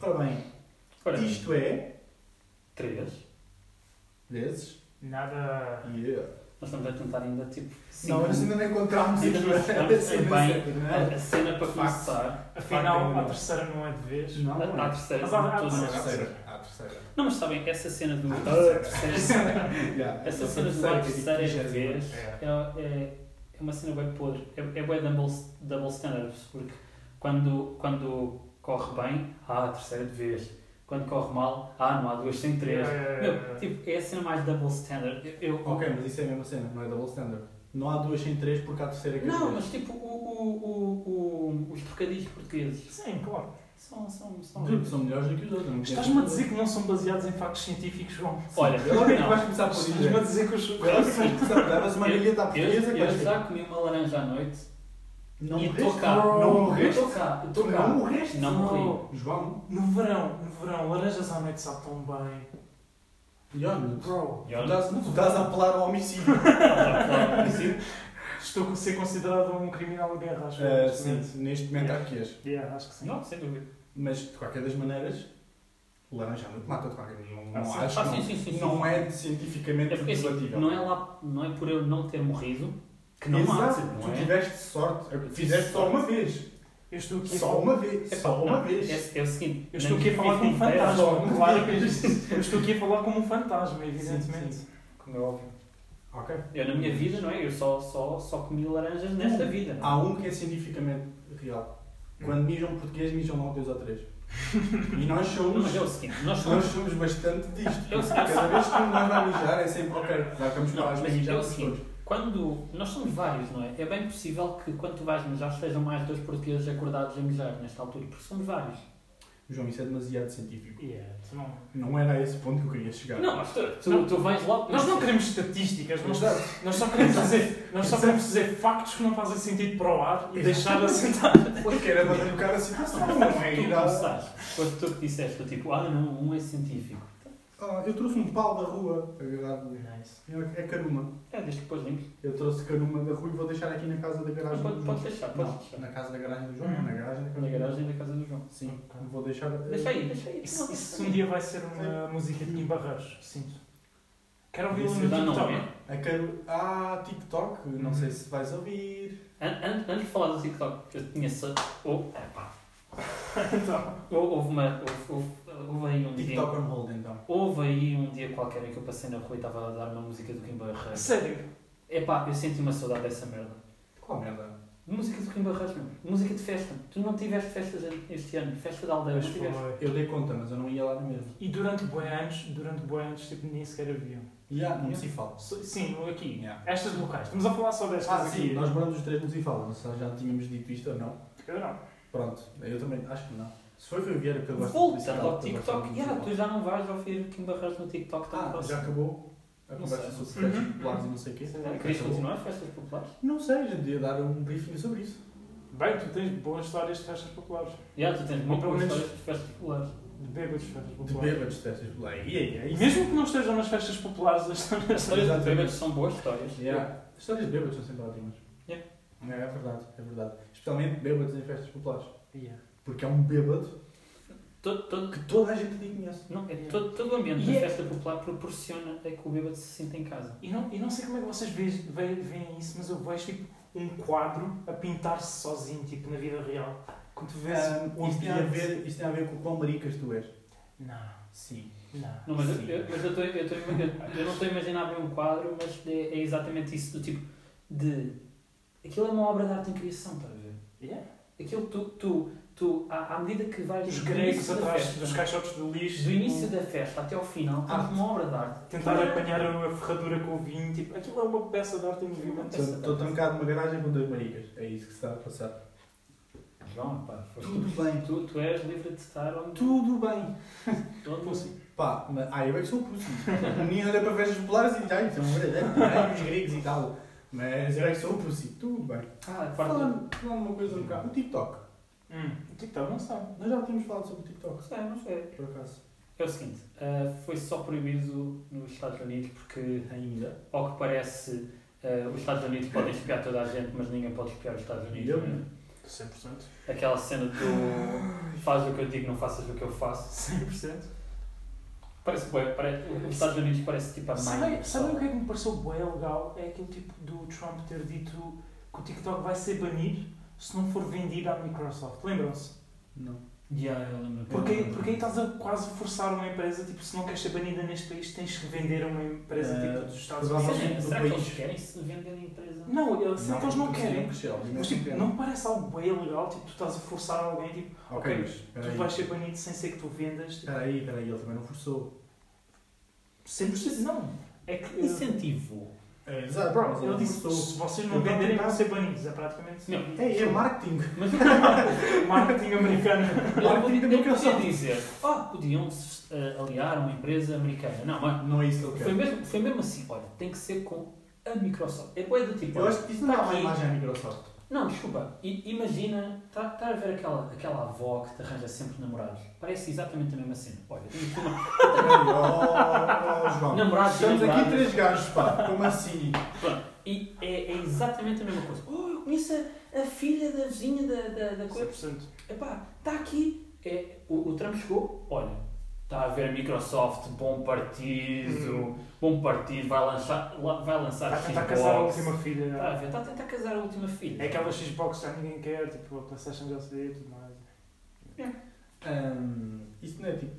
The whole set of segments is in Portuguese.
Ora bem, Ora, isto é. 3. Vezes. Nada. Yeah. Nós estamos a tentar ainda, tipo, Sim, não, nós ainda não encontramos Ainda não chegamos cena bem. certa, não é? a, a cena para Facto. começar. Afinal, Facto, a terceira não é de vez. Não, A, a não. terceira. Mas há- há- todas há- À as- terceira. À terceira. Não, mas sabem, essa cena do. é Ah, A terceira. Yeah, Essa é cena do terceira, à terceira que é vez vigésima. é, é, é uma cena bem podre. É, é bem double, double standards, porque quando, quando corre bem, há a terceira de vez. Quando corre mal, ah, não há duas sem três. É, Meu, tipo, é a cena mais double standard. Eu, eu- Ok, mas isso é a mesma cena, não é double standard. Não há duas sem três porque há a terceira que é Não, vigésima. mas tipo, o, o, o, o- os trocadilhos portugueses Sim, claro. são. são, são... Porque são melhores do que os outros. não Estás-me a quer dizer que não são baseados em factos científicos, João? Olha, Agora é que não. vais começar por dizer. Estás-me a dizer que os. Agora é que vais começar por dar mas uma Eu- galheta à portuguesa eu, que eu vais já comi uma laranja à noite Não e morreste, estou cá. bro. Não morreste. Estou cá, estou cá. Não morreste, Não morri. bro. João, No verão, no verão, laranjas à noite sabem tão bem. Ian, tu Bro, E olha, estás- tu estás a apelar ao homicídio. Claro, claro, sim. estou a ser considerado um criminal de guerra, acho que Ah, neste sim, momento. neste momento há que és. Yeah, acho que sim. Não, sem dúvida. Mas, de qualquer das maneiras, laranja não te mata, de qualquer Não, Ah, não sim. acho Ah, que sim, sim, sim, não sim. é cientificamente É porque assim, debatível. não é, lá, não é por eu não ter morrido que não Exato, mate, não tu é? tiveste sorte. Eu Fizeste tive só uma sorte. vez. Eu estou aqui. Só uma vez. Epá, Só uma não, vez. É, é o seguinte. Eu estou na aqui a minha falar como um vida inteira- só fantasma, uma claro. vez. Eu estou aqui a falar como um fantasma, evidentemente. Como é óbvio. Ok. Eu na minha vida, não é? Eu só, só, só comi laranjas nesta vida. não é? Há um que é cientificamente real. Quando mijam português, mijam logo dois ou três. E nós Não, somos. mas é o seguinte, Nós nós somos. somos bastante disto. Eu sei, eu Cada vez que um gajo vai mijar é sempre ok. Já vamos Não, para as mas é o mijadas seguinte, quando. Nós somos vários, não é? É bem possível que quando tu vais mijar estejam mais dois portugueses acordados a mijar nesta altura, porque somos vários. João, isso é demasiado científico. Yeah, tu não. Não era a esse ponto que eu queria chegar. Não, mas tu, tu, Não. tu vais logo. Nós não queremos estatísticas, nós, Exato. nós só queremos dizer, nós só queremos dizer factos que não fazem sentido para o ar e deixar assentar. Pois que era para educar a situação, não é Tu ir à- começaste, foste tu que disseste, do tipo, ah não, um é científico. Ah, eu trouxe um pau da rua. Agradável. Nice. É é caruma. É, desde que depois limpes. Eu trouxe caruma da rua e vou deixar aqui na casa da garagem. do Podes João. deixar, podes Não, deixar. na casa da garagem do João, não, na garagem da Na casa do João. garagem da casa do João. Sim, vou deixar. eh, Deixa aí, deixa aí. Isso, isso um dia vai ser uma música de Kim Barreiros, sinto. Quero ouvi-la no Isso dá nome, TikTok. é? A Caru... Ah, TikTok, não sei se vais ouvir. An- an- Antes de falar do TikTok, eu tinha só. Ou, epá. Então, Ou- Houve uma. houve- Houve houve aí um dia. TikTok on hold então. Houve aí um dia qualquer em que eu passei na rua e estava a dar uma música do Kim Barreiros. sério, Epá, eu senti uma saudade dessa merda. Qual merda? Música do Kim Barreiros, meu. Música de festa. Tu não tiveste festas este ano. Festa da aldeia, não tiveste. Eu dei conta, mas eu não ia lá mesmo. e durante boi anos, durante boi anos, tipo, nem sequer havia. Yeah, não se fala. So- Sim, aqui, Yeah. estas locais. Estamos a falar só destas Ah, aqui. sim, nós moramos os três no Zifal, não sei, já tínhamos dito isto ou não. Eu não. Pronto, eu também acho que não. Se foi, foi o Vieira que eu gosto Volta ao que eu gosto TikTok. muito Yeah, do tu já não vais ouvir Kim Barreiros no TikTok tão Ah, já próximo. acabou a Não conversa sobre sei. festas Uhum. populares e não sei o quê? Ah, Queres então continuar festas populares? Não sei, gente ia dar um briefing sobre isso. Bem, tu tens boas histórias de festas populares. Já, tu tens muito Ou pelo boas menos- histórias de festas populares. De bêbados de festas De populares. bêbados de festas populares. E aí, é E isso. mesmo que não estejam nas festas populares, as As histórias de Exatamente. bêbados são boas histórias. Yeah. As Histórias de bêbados são sempre ótimas. Yeah. É, é verdade, é verdade. Especialmente bêbados em festas populares. Yeah. Porque é um bêbado Todo, todo, que toda a gente lhe conhece. não, é todo, todo o ambiente E é- da festa popular proporciona a que o bêbado se sinta em casa. E não, e não sei como é que vocês veem, veem, veem isso, mas eu vejo tipo um quadro a pintar-se sozinho, tipo na vida real. Quando tu vês. Um, isso, tem a pintar-se- ver, isso tem a ver com o quão maricas tu és. Não, Sim. não. Não, mas eu, Sim. eu, mas eu, tô- eu, tô- eu- eu não estou a imaginar bem um quadro, mas é, é exatamente isso, do tipo de... Aquilo é uma obra de arte em criação, estás a ver? Yeah. Aquilo tu, tu, tu à, à medida que vais... Os do gregos início da atrás festa- dos caixotes do lixo. Do tipo, início da festa até ao final, há Arte. uma obra de arte. Tentar apanhar a ferradura com o vinho, tipo, aquilo é uma peça de arte em movimento. Essa Estou tá- trancado numa garagem com dois maricas. É isso que se está a passar. João, pá, foste Tudo bem. Tu, tu és livre de estar onde Tudo bem. onde- Pá, mas, ah, eu é que sou pussy. O menino olha para festas populares e é diz, ai, são verdadeiros, né? os gregos e tal. Mas eu é que sou pussy. Tudo bem. Ah, a parte do... Falando, falando uma coisa um bocado. O TikTok. Hum, o TikTok não sabe. Nós já tínhamos falado sobre o TikTok, Não sei, não sei. por acaso. É o seguinte, ah, foi só proibido nos Estados Unidos porque, Ainda. ao que parece, ah, os Estados Unidos podem espiar toda a gente, mas ninguém pode espiar os Estados Unidos. Eu não é? não. 100%. Aquela cena do faz o que eu digo, não faças o que eu faço. 100%. Parece bué, parece, os Estados Unidos parece tipo a mãe. Sabem do sabe o pessoal. que é que me pareceu bué legal? É aquele tipo do Trump ter dito que o TikTok vai ser banido se não for vendido à Microsoft. Lembram-se? Não. Yeah, eu lembro. Porque, porque aí estás a quase forçar uma empresa, tipo, se não queres ser banida neste país, tens que vender a uma empresa Eh, tipo dos Estados provavelmente- Unidos. Será, do será que eles país. querem se vender a empresa? Não, eles não, eles não querem. Mas Mas tipo, não me parece algo bué legal, tipo, tu estás a forçar alguém, tipo, Ok, mas. Espera tu vais ser aí. banido sem ser que tu vendas. Tipo, Espera aí, espera aí, ele também não forçou. 100% não. É que... eh, Incentivo. É, Exato, Bro, ele disse, se vocês não Ele vai venderem tentar- vão ser banidos, é praticamente Tipo, Não, É, é marketing. mas o que eu- marketing americano. Eu podia, eu podia Microsoft. dizer, oh, podiam se eh, aliar a uma empresa americana. Não, mas Não é isso que ele foi quer. mesmo, foi mesmo assim, olha, tem que ser com a Microsoft. É boa do tipo, Eu acho que isso não é Tá uma aqui. imagem à Microsoft. não, desculpa, i- imagina, está tá a ver aquela, aquela avó que te arranja sempre namorados. Parece exatamente a mesma cena. Olha, tenho aqui uma... Oh, oh, oh, João. Namorados e Estamos aqui namoradas. três gajos, pá. Como assim? Pronto, e é, é exatamente a mesma coisa. Oh, eu conheço a, a filha da vizinha da, da, da coisa. 100%. Epá, tá está aqui. É, o, o Trump chegou, olha, está a ver Microsoft, bom partido, bom partido, vai lançar, la- vai lançar Está Hum. Tá a tentar Xbox. casar a última filha. Está a ver, está a tentar casar a última filha. É aquela Xbox que já ninguém quer, tipo a PlayStation já se deu e tudo mais. Hum, isso não é tipo.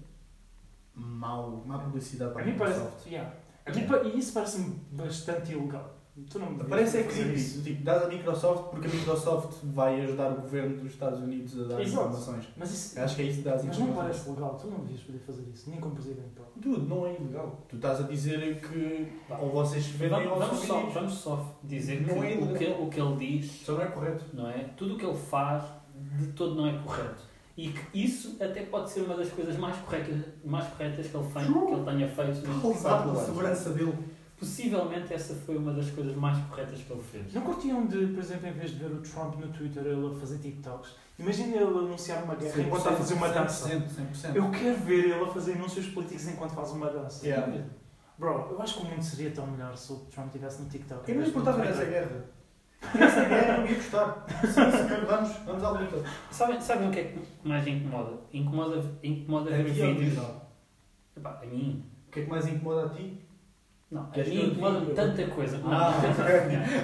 Mau, má publicidade A para a mim Microsoft. parece. Yeah. A mim pa- E isso parece-me bastante ilegal. Tu não me devias Parece é fazer creepy. Tipo, dás a Microsoft porque a Microsoft vai ajudar o governo dos Estados Unidos a dar Exato. informações. Mas isso. Acho que é isso que dás Mas não informações. parece legal, tu não devias poder fazer isso, nem como presidente. pá. Dude, não é ilegal. Tu estás a dizer que Vá. ou vocês se vendem Vamos, ou vamos são só, vendidos. vamos só dizer que Não é o, que o que ele diz, Isso não é correto. não é? Tudo o que ele faz, de todo não é correto. E que isso até pode ser uma das coisas mais corretas, mais corretas que, ele tenha, que ele tenha feito nos Ousado quatro pela anos. segurança dele. Possivelmente essa foi uma das coisas mais corretas que ele fez. Não curtiam de, por exemplo, em vez de ver o Trump no Twitter ele a fazer TikToks, imagina ele anunciar uma guerra enquanto está a fazer uma dança. 100%, 100%. Eu quero ver ele a fazer anúncios políticos enquanto faz uma dança. Yeah. Bro, eu acho que o mundo seria tão melhor se o Trump estivesse no TikTok. é? Eu em não vez de no importava Twitter. nessa guerra. Essa guerra não ia gostar. Sim, senhor, vamos, vamos à luta. Sabem, sabem o que é que mais incomoda? Incomoda, incomoda A ver ti ou a mim, vídeos. não? Epá, a mim. O é que é que mais incomoda a ti? Não, a Queres que mim eu incomoda diga? tanta coisa. Não, ok.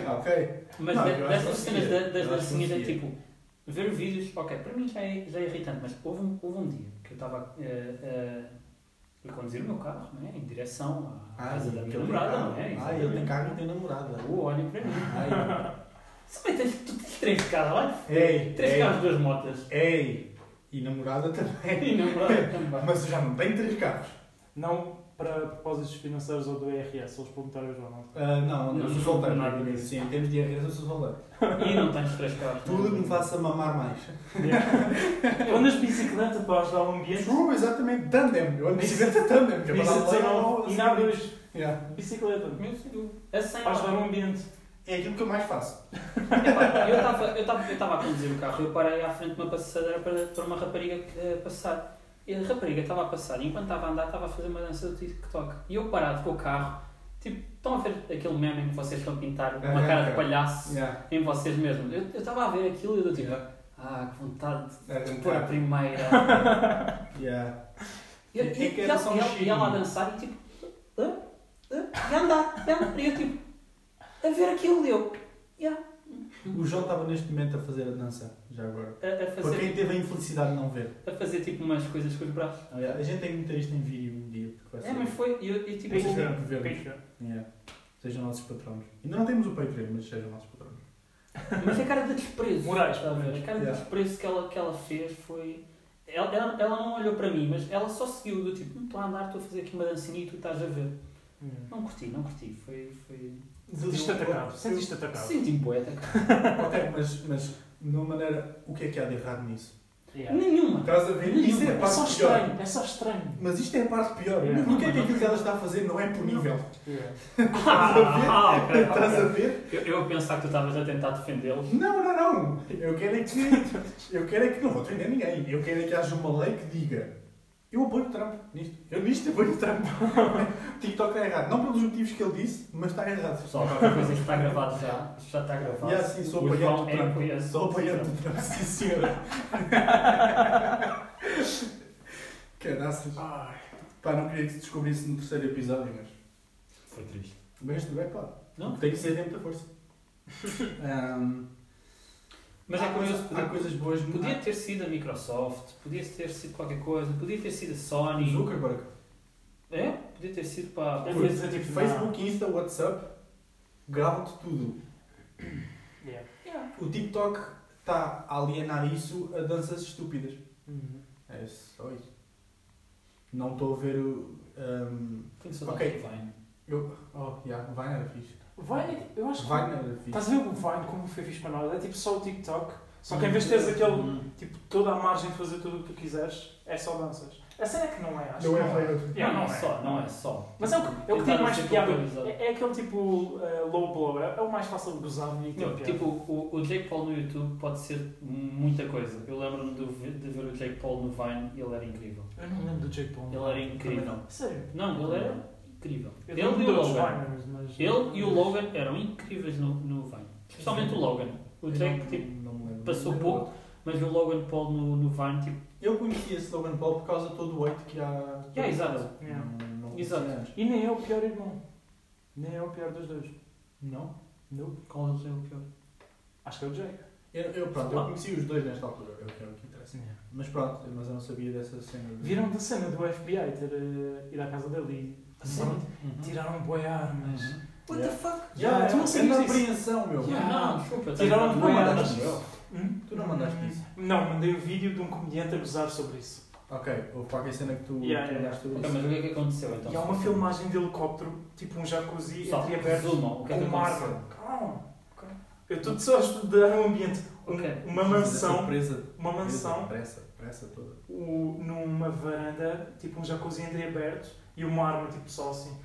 Ah, ok. Mas Não, de- eu acho que dessas eu cenas conseguia. da- das Eu acho que dancinhas é conseguia. tipo. Ver vídeos, ok, para mim já é, já é irritante, mas houve um, houve um dia que eu estava eh, eh, a conduzir o meu carro, não é? Em direção à casa da minha Ah, namorada, não é? Ah, ele tem Exatamente. carro e tem namorada. Oh, olhem para mim. Ai. Sabem, tens- tu tens três carros lá? Ei, Três ei. carros, duas motas. Ei! E namorada também. E namorada também. Mas eu já não tenho três carros. Não para propósitos financeiros ou do IRS, eles perguntaram já não. Ah, não, eu Não, sou solteiro. não, não. Sim, em termos de IRS, eu sou solteiro. E não é? tens três carros. Tudo que me faça mamar mais. Tu andas de bicicleta para ajudar o ambiente, True, exatamente. Tandem. Eu ando de bicicleta tandem. que é para disse dar um leão, 19 e na assim. A2, Yeah. bicicleta, Meu filho, a 100 para ajudar o um ambiente. É aquilo que eu mais faço. Epá, Eu estava eu tava, eu tava a conduzir o carro, eu parei à frente de uma passadeira para, para uma rapariga eh, passar. E a rapariga estava a passar e enquanto estava a andar estava a fazer uma dança do TikTok. E eu parado com o carro, tipo, estão a ver aquele meme em que vocês estão a pintar uma Ah, cara ok. de palhaço Yeah. em vocês mesmos. Eu eu estava a ver aquilo e eu tipo, ah, que vontade É, de pôr a Arrancar. primeira. Yeah. E, e, É que e, era ela- só um e ela- e ela a cheirinho. dançar e tipo, "Hã? Hã?" e a andar, e a andar. E eu tipo, a ver aquilo e eu, "Ya." O João estava neste momento a fazer a dança. Já agora. a, a Para fazer quem teve a infelicidade de não ver. a fazer tipo umas coisas com os braços. Aliás, A gente tem que meter isto em vídeo um dia. Porque vai ser... É, mas foi. E eu, eu, tipo, Vocês eu- tiveram que ver. Yeah. Sejam nossos patronos. Ainda não temos o Patreon, mas sejam nossos patronos. mas a cara de desprezo. Moraes, está a ver? A cara de Yeah. desprezo que ela, que ela fez foi. Ela, ela, ela não olhou para mim, mas ela só seguiu do tipo, "Hum, estou a andar, estou a fazer aqui uma dancinha e tu estás a ver. Não curti, não curti. Foi. foi... Sentiste atacado, Eu- sentiste atacado. Senti-me tá poeta. Ok, mas, mas de uma maneira, o que é que há de errado nisso? Yeah. Nenhuma. Estás a ver? Isso é a É só parte pior. estranho, é só estranho. Mas isto é a parte pior. Yeah. Porque é que aquilo que ela está a fazer não é punível? Yeah. Estás a ver? Ah, ok, ok. Estás a ver? Eu, eu a pensar que tu estavas a tentar defendê-los. Não, não, não. Eu quero é que. Eu quero é que. Não vou defender ninguém. Eu quero é que haja uma lei que diga Eu apoio o Trump nisto. Eu nisto apoio o Trump. TikTok é errado. Não pelos motivos que ele disse, mas está errado. Pessoal, qualquer coisa isto está gravado já. Isto já está gravado. E assim, sou O João apoiante é do Trump. apoiante. Sou apoiante do Trump, sim senhora. Caraças. Ai, Pá, não queria que se descobrisse no terceiro episódio, mas. Foi triste. Mas tudo bem, pá. Não? Tem que ser dentro da força. Ahm, Mas há é coisas- Ah, curioso, há podia, coisas boas no. podia ter sido a Microsoft, podia ter sido qualquer coisa, podia ter sido a Ah, Sony. Zuckerberg. É? Podia ter sido para. Deve ter sido tipo é Facebook, Insta, WhatsApp, grava-te tudo. Yeah. Yeah. O TikTok está a alienar isso a danças estúpidas. Uhum. É só isso. Não estou a ver o. ahm, Tenho saudades Ok. do Vine. eu. Oh, yeah, Vine era fixe. Vine, eu acho que. Vine era fixe. Estás a ver o Vine como foi fixe para nós? É tipo só o TikTok. Só que em Hum. vez de teres aquele, Hum. tipo, toda a margem de fazer tudo o que tu quiseres, é só danças. A cena é que não é, acho que não é. Não, Yeah, não é só, não é só. Mas é o que, é o que Tentar tem mais ser piada. popularizado. É, é aquele tipo eh, low blow, é, é o mais fácil de gozar é. e ter Não, piada. tipo, o, o Jake Paul no YouTube pode ser muita coisa. Eu lembro-me de, ver- de ver o Jake Paul no Vine e ele era incrível. Eu não lembro do Jake Paul. Ele era incrível. Também Sério? Não, ele era incrível. Eu Ele lembro e o todos os Logan. Viners, mas... Ele e o Logan eram incríveis no, no Vine. Especialmente o Logan. O Jake, tipo, não me lembro. passou pouco, mas o Logan Paul no, no Vine, tipo, Eu conheci esse Logan Paul por causa de todo o hate que há. yeah, exato. Yeah. Não, não conhecia Exato. antes. E nem é o pior irmão. Nem é o pior dos dois. Não? Não. Qual deles é o pior? Acho que é o Jake. Eu, eu, pronto, eu Ah. conheci os dois nesta altura, é o que é o que interessa. Mas pronto, mas eu não sabia dessa cena. do- Viram da cena do FBI ter eh, ido à casa dele e assim, Pronto. tiraram boi armas. Uhum. What the Yeah. fuck? Yeah, tu não sabias é grande isso? apreensão, meu. Yeah. Não, desculpa. Tiraram Tu tenho- não Não, mandaste mas- isso. Hum? Tu não mandaste isso. Não, mandei o vídeo de um comediante a gozar sobre isso. Ok, houve qualquer cena que tu Yeah, tu yeah, mandaste tudo Ok, mas o que é que aconteceu então? e há uma filmagem de helicóptero, tipo um jacuzzi Só entreaberto resumam o que é que com uma aconteceu. árvore. Calma. Eu estou só a estudar o ambiente. Um- Ok. Uma é mansão, Surpresa. uma mansão Pressa, pressa toda. o- numa varanda, tipo um jacuzzi entreaberto e uma arma tipo só assim.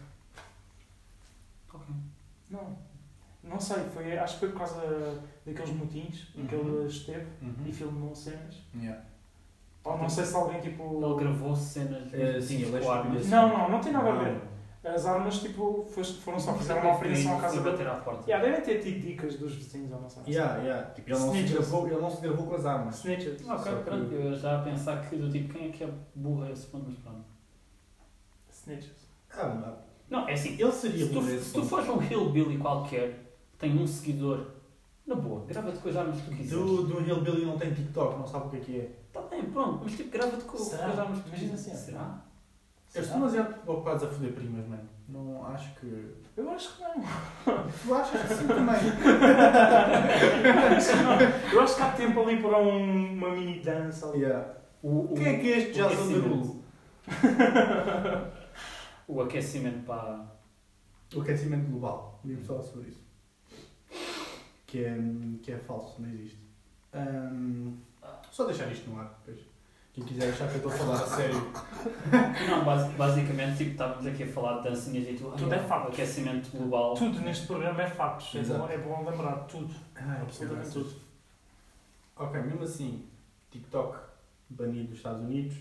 Ok. Não. Não sei, foi, acho que foi por causa daqueles motins em que Uhum. ele esteve e filmou cenas. Yeah. Ou não sei se alguém tipo. Ele gravou cenas Eh, sim, ele é com armas. estúpido. Não, não, não tem nada a ver. As armas tipo foi- foram só fazer é uma operação à casa Foi dele. bater à porta. Yeah, devem ter tido dicas dos vizinhos ou não sei. Yeah, yeah. Tipo, ele não, se Snitches. gravou, ele não se gravou com as armas. Snitches. Só Ok, que- pronto, eu já a pensar que do tipo, quem é que é burro a esse ponto, mas pronto. Snitches. Ah, mas Não, é assim, ele seria se tu, bom nesse se tu ponto. fores um hillbilly qualquer, tem um seguidor, na boa, grava-te com as armas que tu quiseres. Do, do Hillbilly não tem TikTok, não sabe o que é que é. Tá bem, pronto, mas tipo, grava-te com, com Será? as armas que tu Imagina quiseres. assim, Será? Eles estão demasiado ocupados a foder primas, mano. Não acho que. Eu acho que não. Tu achas que sim também? Eu acho que há tempo ali para um- uma mini dança. ali. yeah. O, o, Quem é que é este o Jason aquecimento. Derulo? O aquecimento para. O aquecimento global. Podíamos falar sobre isso. Que é, que é falso, não existe. Ahm, só deixar isto no ar, depois. Quem quiser achar que eu estou a falar a sério. Não, basi- basicamente, tipo, estávamos aqui a falar de dancinhas e tu. Tudo é facto. O aquecimento global. Tudo neste programa é factos. É Exato. bom, é bom lembrar tudo. Ah, Absolutamente caraças. tudo. é Ok, mesmo assim, TikTok banido dos Estados Unidos,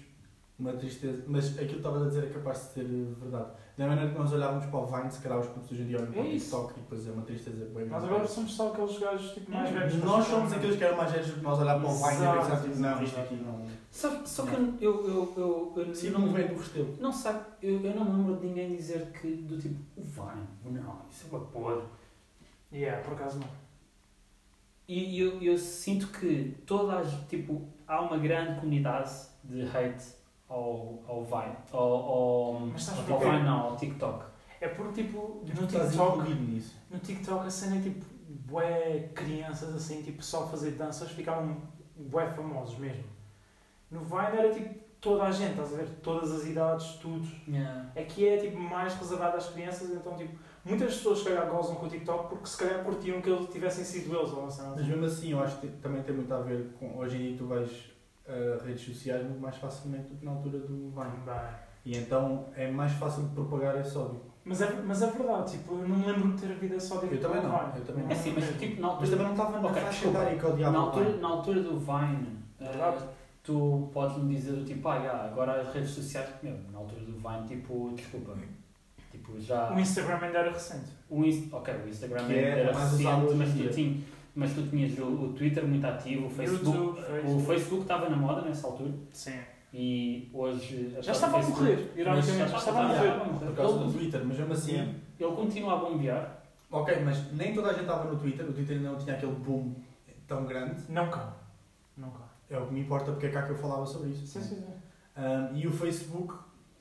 uma tristeza. Mas aquilo que estava a dizer é capaz de ser verdade. Da maneira que nós olhávamos para o Vine, se calhar os putos hoje em dia olham para o É isso. TikTok e depois é uma tristeza bem Mas grande. agora somos só aqueles gajos tipo, mais velhos. Nós somos aqueles que eram mais velhos que nós olhar para o Vine e pensar Exato. tipo, não, isto aqui não. Sabe, só que eu. eu, eu, eu, eu Sim, não vem do restelo. Não sei, eu, eu não me lembro de ninguém dizer que, do tipo, o Vine, não, isso é uma porra. é- Yeah, por acaso não. E eu, eu sinto que todas, tipo, há uma grande comunidade de hate ao, ao Vine, ao, ao, Mas sabes ao porquê? Vine não, ao TikTok. É porque tipo, Tu um no estás TikTok, incluído nisso. no TikTok a cena é tipo, bué crianças assim, tipo, só a fazer danças, ficavam bué famosos mesmo. No Vine era tipo toda a gente, estás a ver? Todas as idades, tudo. Aqui é tipo mais reservado às crianças, então tipo, muitas pessoas se calhar gozam com o TikTok porque se calhar curtiam que eles tivessem sido eles ou não sei. não Mas sei. mesmo assim, eu acho que também tem muito a ver com. Hoje em dia tu vais a redes sociais muito mais facilmente do que na altura do Vine. Bem. E então é mais fácil de propagar esse ódio. Mas é, mas é verdade, tipo, eu não me lembro de ter havido só de Eu também não, eu também não. É assim, mas tipo, na Mas altura, também não estava na Ok, faixa desculpa. etária que eu na odiava o altura, Vine. na altura do Vine, eh, Verdade. tu podes-me dizer do tipo, ah, já, agora as redes sociais, meu, na altura do Vine, tipo, desculpa, tipo, já... O Instagram ainda era recente. O Inst- ok, o Instagram Que é era mais usado recente, hoje em mas tu, dia. tinha, mas tu tinhas o, o Twitter muito ativo, o Facebook. YouTube, O Facebook. Facebook estava na moda nessa altura Sim. e hoje. Já estava a Facebook- morrer, Mas ironicamente. Já estava a já morrer. Por causa do Ele, Twitter, mas mesmo assim. Sim. ele continua a bombear. Ok, mas nem toda a gente estava no Twitter, o Twitter ainda não tinha aquele boom tão grande. Não cá. Não cá. É o que me importa porque é cá que eu falava sobre isso. Sim, sim, sim. Um, e o Facebook,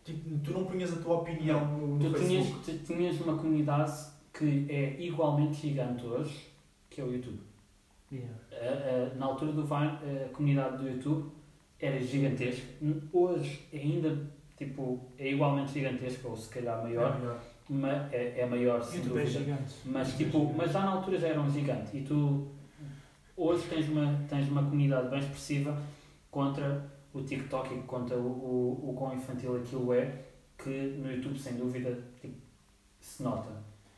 tipo, tu não punhas a tua opinião no, no Tu tinhas, Facebook. tu tinhas uma comunidade que é igualmente gigante hoje, que é o YouTube. Yeah. A- a- Eh, na altura do Vine, eh, a comunidade do YouTube era gigantesca. Hoje ainda tipo, é igualmente gigantesca, ou se calhar maior, mas é, é maior sem YouTube é dúvida. gigante. Mas, tipo, mas já na altura já era um gigante e tu hoje tens uma, tens uma comunidade bem expressiva contra o TikTok e contra o, o, o quão infantil aquilo é, que no YouTube sem dúvida tipo, se nota.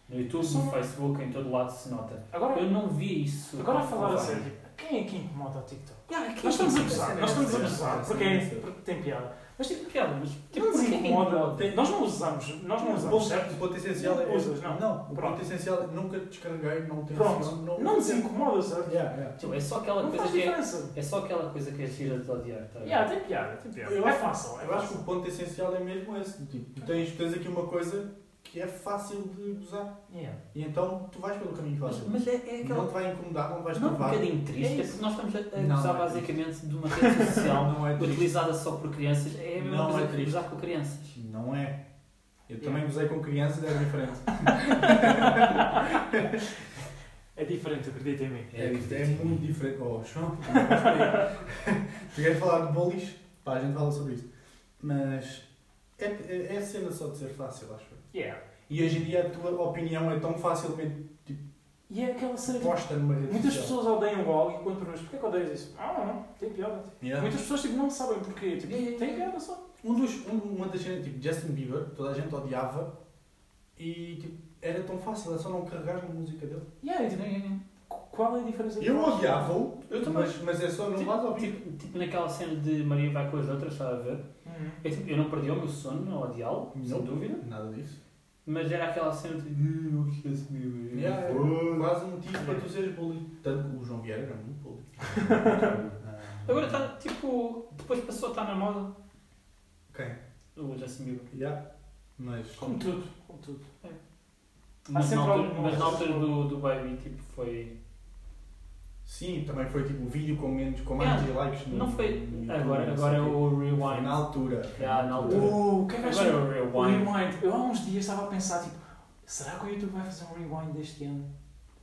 No YouTube, no Só- Facebook, em todo lado se nota. Agora, Eu não vi isso. agora a falar a Vai. sério, tipo, quem é que incomoda o TikTok? Yeah, quem Nós estamos é a que gozar, interessa? nós estamos a sim, gozar, sim, porque, sim. é- porque tem piada. Mas tipo, piada, mas Tipo, nos quem é que incomoda. Nós não usamos, nós não o, ponto, usamos, certo? o ponto essencial é. Usas, não. o Pronto. ponto essencial é nunca descarreguei, não tenho Pronto. não, Não nos incomoda, certo? Yeah, yeah. Tipo, É só aquela Não coisa faz que é. diferença. É só aquela coisa que é gira de odiar, tá? Yeah, É, tem piada, tem piada. Eu é acho- fácil, é Eu acho que fácil. o ponto essencial é mesmo esse. do Tipo, tu tens, tens aqui uma coisa que é fácil de gozar. Yeah. E então tu vais pelo caminho Mas, fácil. mas é, é aquela Não te vai incomodar, não vais Não é um travar. bocadinho triste, É é porque nós estamos a- a Não, gozar não é basicamente de uma rede um social não é triste. utilizada só por crianças. É a mesma Não coisa é que triste. gozar com crianças. Não é. Eu Yeah. também usei com crianças, é diferente. É diferente, acredita em mim. É, é muito diferente. Oh, João, tu queres falar de bolis? Pá, a gente fala sobre isso. Mas é, é, é cena só de ser fácil, acho eu. Yeah. E hoje em dia a tua opinião é tão facilmente E é aquela cena que posta numa rede muitas social. pessoas odeiam algo e quando perguntas porquê que odeias isso? Ah, não, não, tem piada. Yeah. Muitas pessoas tipo, não sabem porquê. Tipo, Yeah, yeah, tem yeah. piada só. Um dos, um, uma das cenas, tipo Justin Bieber, toda a gente odiava e tipo, era tão fácil, é só não carregar na música dele. Yeah, e, tipo, qu- qual é a diferença? Eu entre nós? odiava-o, Eu também. mas, mas é só não Tipo- vais ouvir. Tipo, tipo naquela cena de Maria vai com as outras, está a ver? Uhum. Eu, tipo, eu não perdi o meu sono, não odiá-lo, sem Não. dúvida. Tipo, Nada disso. Mas era aquela cena de. "Ih, Eu gostei desse miúdo, eu Yeah, é vou." quase um motivo para tu seres bully. Tanto que o João Vieira era muito bully. Agora está tipo. Depois passou a estar na moda. Quem? O Justin Bieber. Já. Mas. Como tudo, como tudo. Mas na sempre altura, alguma mas na coisa. altura do, do Baby, tipo, foi. Sim, também foi tipo o vídeo com menos, com mais Yeah, de likes no. Não foi. no YouTube, Agora, não agora é sei quê. o Foi Rewind. na altura. Yeah, na altura. Uh, o que é que Agora é achas? o O Rewind. rewind. Eu há uns dias estava a pensar, tipo, será que o YouTube vai fazer um rewind deste ano?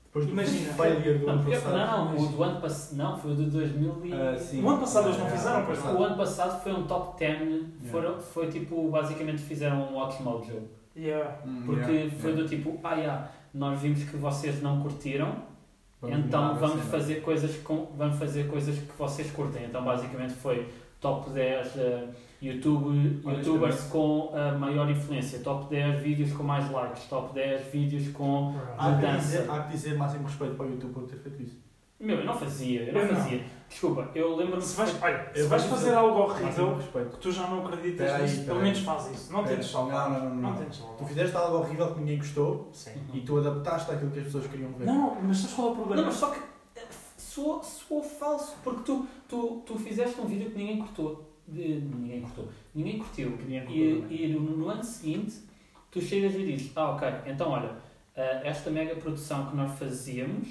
Depois do Imagina. failure do Não, ano porque- passado. não, o do ano passado. Não, foi o de 2000 e... um Ah, sim. O ano passado eles não Ah, fizeram, pois O ano passado foi um top 10. Foram, foi tipo, basicamente fizeram um ótimo mojo. Yeah. Hum, Porque yeah, foi yeah. do tipo, ah, yeah, nós vimos que vocês não curtiram, então mudar a vamos cena. fazer, coisas com, vamos fazer coisas que vocês curtem. Então basicamente foi top 10 eh, YouTube, Honestamente. youtubers com a maior influência, top 10 vídeos com mais likes, top 10 vídeos com. Há que, mudança. dizer, há que dizer máximo respeito para o YouTube por ter feito isso. Meu, eu não fazia, eu não, Eu não. fazia. Desculpa, eu lembro-me. Se vais, olha, se Eu vais vou fazer dizer- algo Máximo horrível respeito. que tu já não acreditas Peraí, nisso, pelo peraí. menos faz isso. Não Pera, tentes só. Não, não, não. Não não. tentes só. Tu fizeste algo horrível que ninguém gostou Sim. e tu adaptaste àquilo que as pessoas queriam ver. Não, mas sabes qual é o Não, problema? mas só que eh, soou, soou falso, porque tu, tu, tu fizeste um vídeo que ninguém cortou. De- ninguém cortou. Ninguém é? curtiu. Que ninguém E, curtiu e no, no ano seguinte, tu chegas e dizes: Ah, ok, então olha, eh, esta mega produção que nós fazíamos,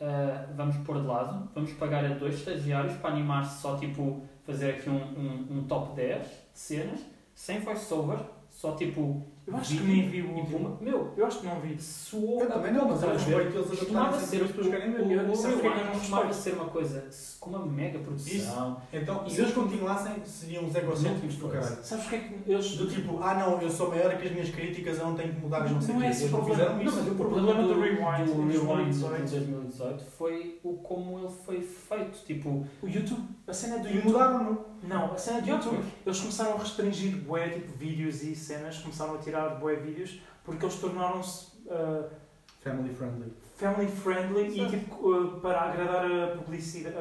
eh, vamos pôr de lado, vamos pagar a dois estagiários para animar-se só tipo fazer aqui um, um, um top 10 de cenas, sem voiceover, só tipo. Eu acho que nem vi o e último. puma. Meu, Eu acho que não vi. soou. Eu também não, mas eu Estás a ver? respeito eles costumava adaptarem ser sempre as pessoas querem o, ver. o, o, Eu sei porque é que eu Rewind não costumava respeito. ser uma coisa se- com uma mega produção Então, se eles continuassem, seriam os egocêntricos do caralho. Sabes o que é que eles. Do tipo, ah não, eu sou maior que as minhas críticas, eu não tenho que mudar, eu não sei o Não quê. é esse Eles não o problema. fizeram Não, isso. mas o o problema problema do do, Rewind do em Rewind de 2018. 2018 foi o como ele foi feito tipo O YouTube. A cena do E YouTube. mudaram, não? Não, a cena do YouTube. Eles começaram a restringir bué, tipo, vídeos e cenas. Começaram a tirar bué vídeos porque eles tornaram-se. ah, Family friendly. family friendly e Exato. tipo ah, para agradar a publicidade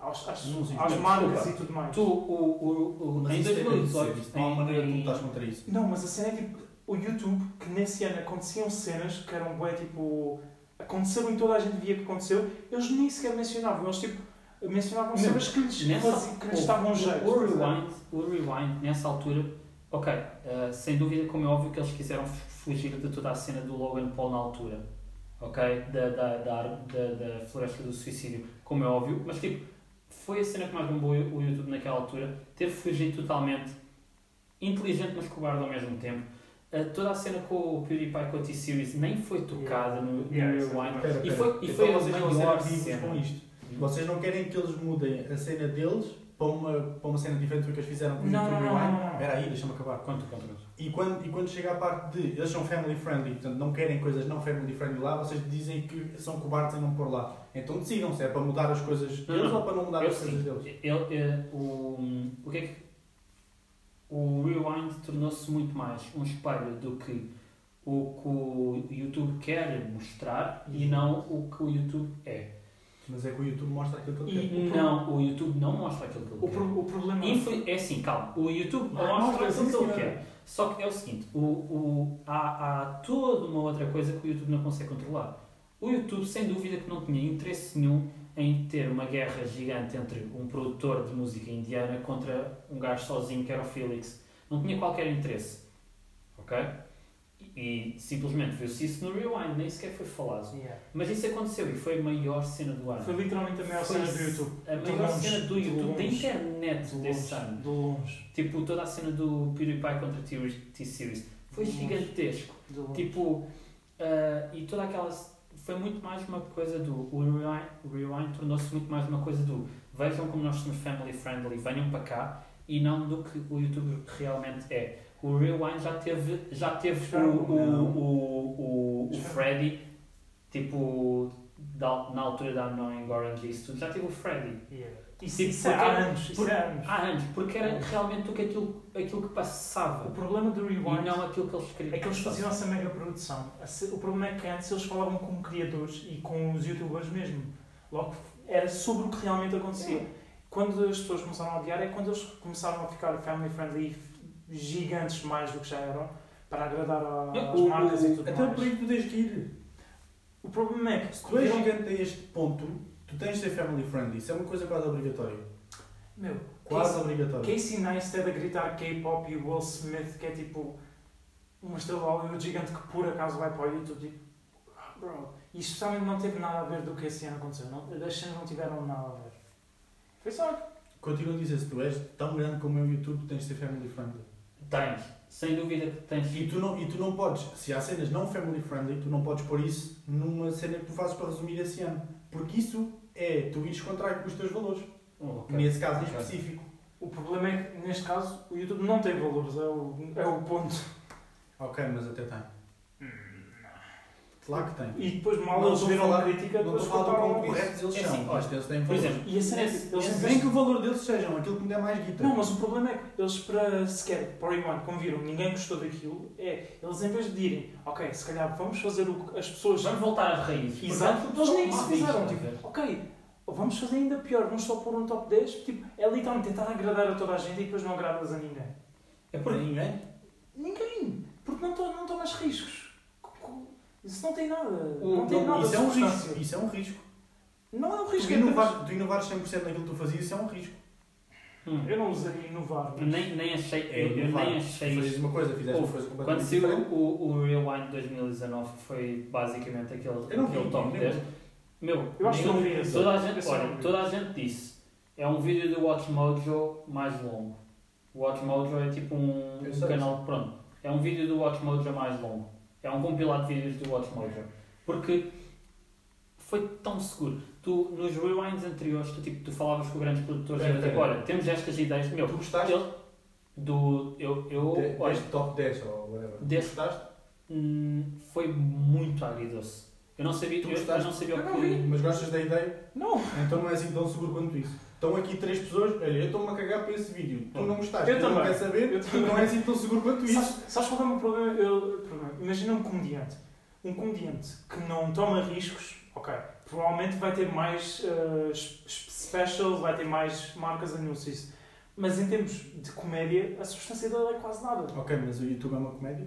aos, às, Anúncios, às não, marcas desculpa. e tudo mais. Tu, o, o, o, Mas em isso é que é 2018, isso, Não há em- maneira de tu em- estás contra isso. Não, mas a cena é tipo o YouTube, que nesse ano aconteciam cenas que eram bué tipo. aconteceram e toda a gente via que aconteceu, eles nem sequer mencionavam, eles tipo mencionavam Não, cenas que lhes, nessa- faziam- que lhes davam um jeito. O estás a ver? rewind, o rewind, nessa altura, ok, eh, sem dúvida, como é óbvio que eles quiseram fu- fugir de toda a cena do Logan Paul na altura, ok? Da, da, da, ar- da, da floresta do suicídio, como é óbvio, mas tipo, foi a cena que mais bombou o YouTube naquela altura, ter fugido totalmente, inteligente mas cobarde ao mesmo tempo. Eh, toda a cena com o PewDiePie com a T-Series nem foi tocada no, no Yeah, isso é Rewind. verdade. E foi, e Então foi vocês a vão ser maior amigos cena. com isto. é Vocês não querem que eles mudem a cena deles para uma, para uma cena diferente do que eles fizeram com o Não, YouTube não, não, Rewind? não, não. Espera aí, deixa-me acabar. Conta, conta, conta. E quando, e quando chega à parte de eles são family friendly, portanto não querem coisas não family friendly lá, vocês dizem que são cobardes em não pôr lá. Então decidam se é para mudar as coisas Não, deles não. ou para não mudar Eu as sim. coisas deles. Eu- eu- o, o que é que. O Rewind tornou-se muito mais um espelho do que o que o YouTube quer mostrar Uhum. e não o que o YouTube é. Mas é que o YouTube mostra aquilo que eu quero. E não, o YouTube não mostra aquilo que O, ele quer. pro- o problema Infel- É assim, calma. O YouTube Ah, mostra mostra, aquilo sim, que ele senhora. quer. Só que é o seguinte: o, o, há, há toda uma outra coisa que o YouTube não consegue controlar. O YouTube, sem dúvida, que não tinha interesse nenhum em ter uma guerra gigante entre um produtor de música indiana contra um gajo sozinho que era o Felix. Não tinha qualquer interesse. Ok? E, e simplesmente viu-se isso no Rewind, nem sequer foi falado. Yeah. Mas isso aconteceu e foi a maior cena do ano. Foi literalmente a maior Foi cena do YouTube. A De maior longe, cena do de YouTube, da longe. internet De desse ano. longe. De longe. Tipo, toda a cena do PewDiePie contra T- T-Series foi Nossa. gigantesco. De longe. Tipo, ah, e toda aquela. Foi muito mais uma coisa do. O Rewind, o Rewind tornou-se muito mais uma coisa do. Vejam como nós somos family friendly, venham para cá, e não do que o YouTube realmente é. O Rewind já teve, já teve o, o, o, o, o Freddy, tipo, da- na altura da Annoying Orange e isso tudo, já teve o Freddy. Yeah. Isso, Tipo, isso é porque- ah, há anos. Isso porque- é há anos. Há anos, porque era realmente o que aquilo, aquilo que O passava. problema do E Rewind não aquilo que eles queriam. é que eles faziam essa mega produção. A se- O problema é que antes eles falavam com criadores e com os youtubers mesmo. Logo, era sobre o que realmente acontecia. Quando as pessoas começaram a odiar é quando eles começaram a ficar family friendly e f- gigantes mais do que já eram para agradar a- Não, às o- marcas o- e tudo Até mais. por aí tu tens que ir. O problema é que Se tu és correram- gigante a este ponto, tu tens de ser family friendly. Isso é uma coisa quase obrigatória. Meu, Quase obrigatória. Casey Neistat a gritar K-pop e o Will Smith que é tipo uma estrela de Hollywood gigante que por acaso vai para o YouTube tipo ah, bro, isto também não teve nada a ver do que esse ano aconteceu não, as cenas não tiveram nada a ver foi só Continuo a dizer, se tu és tão grande como é o YouTube, tu tens de ser family friendly. Tens, sem dúvida que tens. E tu, não, e tu não podes, se há cenas não family friendly, tu não podes pôr isso numa cena que tu fazes para resumir esse ano. Porque isso é tu ires contrário com os teus valores. Oh, ok. Nesse caso em Ok. específico. o problema é que neste caso o YouTube não tem valores é o, é o ponto Ok, mas até tem. Claro que tem. e depois mal Não eles estou a falar- ouviram a crítica Não depois estou a falar do cortaram quão logo isso. corretos eles É assim, são, olha, mas eles têm Por valores. exemplo, e a cena é que Nesse- nesse- eles Nem que investem o valor deles sejam aquilo que me der mais guita. Não, mas o problema é que eles para sequer, para o Iwan, como viram, ninguém gostou daquilo, é, eles em vez de direm, ok, se calhar vamos fazer o que as pessoas... vamos voltar às raízes. Exato, Portanto, eles nem só isso uma vez, fizeram, estás a ver? tipo, ok, vamos fazer ainda pior, vamos só pôr um top 10, tipo, é literalmente tentar agradar a toda a gente e depois não agradas a ninguém. É por ninguém. Ninguém, porque não, to não tomas riscos. Co- co- Isso não tem nada, O- não tem não, nada Isso de é um substância. risco. Isso é um risco. Não é um risco, Tu é apenas... inovar, tu inovares 100% naquilo que tu fazias, isso é um risco. Hum. Eu não usaria inovar, mas... Nem, nem achei. É, eu, eu nem achei. Fazes uma coisa, fizeste uma Houve. coisa completamente Quando saiu diferente. o, o Rewind 2019, foi basicamente aquele, Eu não vi, aquele top nem 10. Meu, Eu acho que não nenhum- vi esse. um toda a gente, Esse é um eu não olha, vi. toda a gente disse. É um vídeo do Watchmojo mais longo. O Watchmojo é tipo um, Eu um sei, canal, pronto. É um vídeo do Watchmojo mais longo. É um compilado de vídeos do Watchmojo. Porque foi tão seguro. Tu, nos rewinds anteriores, tu, tipo, tu falavas com grandes produtores e Pera, era É, tipo, pera. olha, temos estas ideias. Meu, Tu gostaste ele- do, eu, eu de- olha, deste top 10 ou whatever. Tu Deste- gostaste? Hum, foi muito agridoce. Eu não sabia, Tu eu, eu gostaste? não sabia Eu o não que. Mas gostas da ideia? Não, Então não é assim tão seguro quanto isso. Estão aqui três pessoas, olha, eu estou-me a cagar para esse vídeo. Tu não gostaste, Eu tu não também. queres saber, Eu tu também. não é assim tão seguro quanto isso. Sabes, sabes qual é o meu problema? Eu- problema? Imagina um comediante. Um comediante que não toma riscos, ok, Provavelmente vai ter mais eh, s- specials, vai ter mais marcas a anunciar isso. Mas em termos de comédia, a substância dela é quase nada. Ok, mas o YouTube é uma comédia?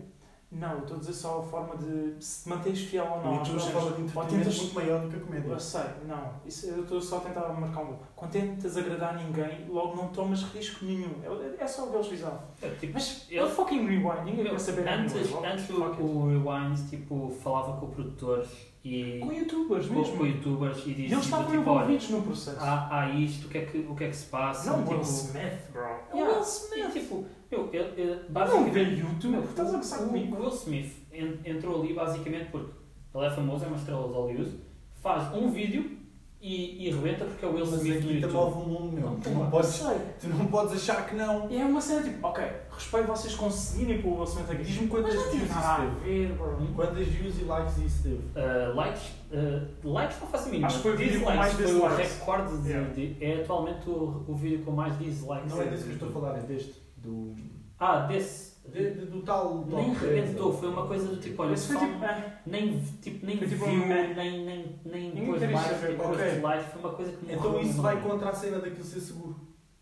Não, eu estou a dizer só a forma de se te manteres fiel ou o não. às YouTube é uma coisas. forma de Ou entretenimento tentas- muito maior do que a comédia. Eu sei, não. Isso, eu estou só a tentar marcar um gol. Quando tentas agradar ninguém, logo não tomas risco nenhum. É, é só o que eles fizeram. É, tipo, Mas eu- eu fucking rewind, ninguém vai saber Antes, anyway, antes o, logo, fuck it. o Rewind tipo, falava com produtores e Com youtubers com, mesmo. com youtubers e E dizia eles estavam tipo, olha, envolvidos no processo. há, há isto, o que, é que, o que é que se passa? não, Will tipo, Smith, bro. É o Yeah. Will e, Smith. tipo, eu, eu, eu, Não vê basicamente, YouTube, estás a gozar o- comigo? o Will Smith en- entrou ali basicamente porque ele é famoso, é uma estrela de Hollywood, faz um vídeo e, e rebenta porque é o Will Mas Smith no aqui te move YouTube. o mundo, meu. Não, Tu não não podes, Sei. tu não podes achar que não. E é uma cena tipo, ok, respeito vocês conseguirem pôr o Will Smith aqui. Diz-me quantas Mas não tem views nada a isso ver, bro. Quantas views e likes isso teve? Uh, likes, uh, likes não faço a mínima. Acho que foi o vídeo com Dislikes mais foi o dislikes. recorde de, Yeah. de- é atualmente o, o vídeo com mais dislikes. Não é desse que eu estou a falar, é deste. Do, Ah, desse. de- de- do tal. Nem top rebentou, 10, foi uma coisa do tipo, olha, Esse foi só- tipo, eh, nem, tipo, nem Foi tipo viu, um- nem, nem, nem Ninguém pôs queria mais, saber, é. nem pôs ok. dislike, foi uma coisa que morreu Então no isso vai meio. contra a cena daquilo ser seguro.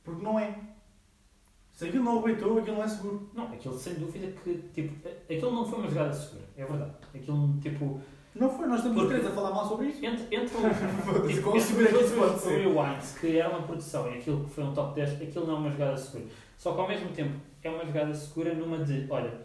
Porque não é. Se aquilo não aguentou, aquilo não é seguro. Não, aquilo sem dúvida que, tipo, a- aquilo não foi uma jogada segura, é verdade. Aquilo, tipo, Não foi, nós estamos os Porque- três a falar mal sobre isso. entre, entre o, Foda-se, tipo, como entre seguro é que os isso pode outros ser? rewinds, que era uma produção e aquilo que foi um top 10, aquilo não é uma jogada segura. Só que ao mesmo tempo é uma jogada segura numa de, olha,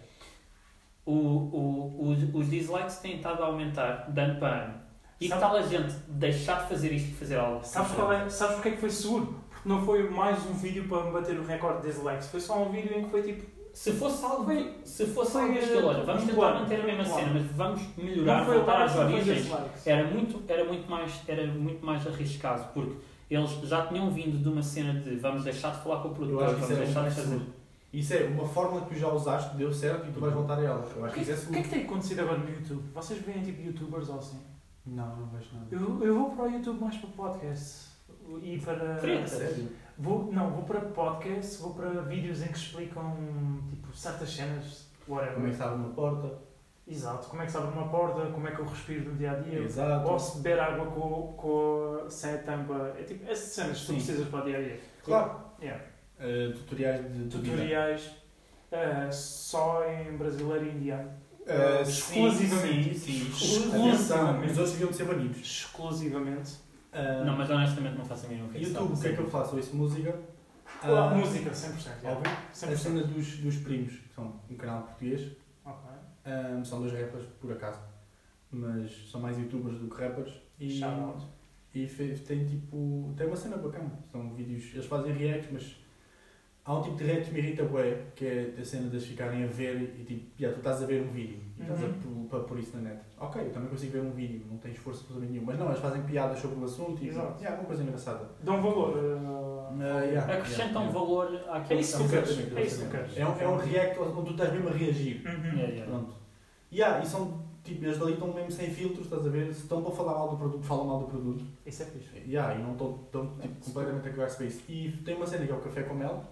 o, o, os, os dislikes têm estado a aumentar de ano para ano. E que Sabe- tal a gente deixar de fazer isto e fazer algo? Sabes, qual é, sabes porque é que foi seguro? Porque não foi mais um vídeo para bater o recorde de dislikes. Foi só um vídeo em que foi tipo. Se fosse algo, se fosse Foi, algo eh, deste olha, vamos um tentar plano, manter a mesma um plano. cena, mas vamos melhorar, Não foi voltar às likes, não foi origens. É, dislikes. Era muito, era, muito mais, era muito mais arriscado, porque eles já tinham vindo de uma cena de vamos deixar de falar com o Eu produtor, acho que vamos isso deixar era de muito fazer. Isso é uma fórmula que tu já usaste, deu certo e tu vais voltar a ela. Eu O acho que que, isso é o que seguro. é que um- tem acontecido agora no YouTube? Vocês veem tipo youtubers ou assim? Não, não vejo nada. Eu, eu vou para o YouTube mais para podcasts e para. Treta. É Sério? Vou, não, vou para podcasts, vou para vídeos em que explicam tipo certas cenas, Como é que whatever. se abre uma porta? Exato, como é que se abre uma porta, como é que eu respiro no dia a dia, Exato. ou se beber água com, com, sem a tampa. É tipo essas cenas que tu Sim. precisas para o dia a dia. Claro. Yeah. Eh, tutoriais de de vida. Tutoriais eh, só em brasileiro e indiano. Eh, Exclusivamente. Sim, sim, Um sim. Atenção, Exclusivamente. os outros deviam de ser banidos. Exclusivamente. Eh, Não, mas honestamente não faço a mínima questão. YouTube, o que é que eu faço? Ouço música. Ou Ah, música, 100%. yeah. Óbvio. A 100%. cena dos, dos primos, que são um canal português. Ok. Ahm, são dois rappers, por acaso. Mas são mais youtubers do que rappers. E, Shout out. e fe- tem tipo. Tem uma cena bacana. São vídeos. Eles fazem reacts, mas. Há um tipo de react que me irrita bué, que é a cena de eles ficarem a ver e tipo, já tu estás a ver um vídeo e estás a Uhum. pôr- para pôr isso na net. Ok, eu também consigo ver um vídeo, não tens esforço absolutamente nenhum. Mas não, eles fazem piadas sobre o assunto e Exato. yeah, uma coisa engraçada. Dão valor. eh, Ah, yeah, Acrescenta um yeah, valor àquilo É isso que que é eu um- quero. É isso que eu yeah. quero. É um, é um react onde tu estás mesmo a reagir. Uhum. É. Yeah, yeah. Pronto. E há, e são, tipo, eles dali estão mesmo sem filtros, estás a ver? Se estão para falar mal do produto, falam mal do produto. Isso é fixe. E há, e não estão estão, tipo, completamente a cagar-se para isso. E tem uma cena que é o Café com Mel,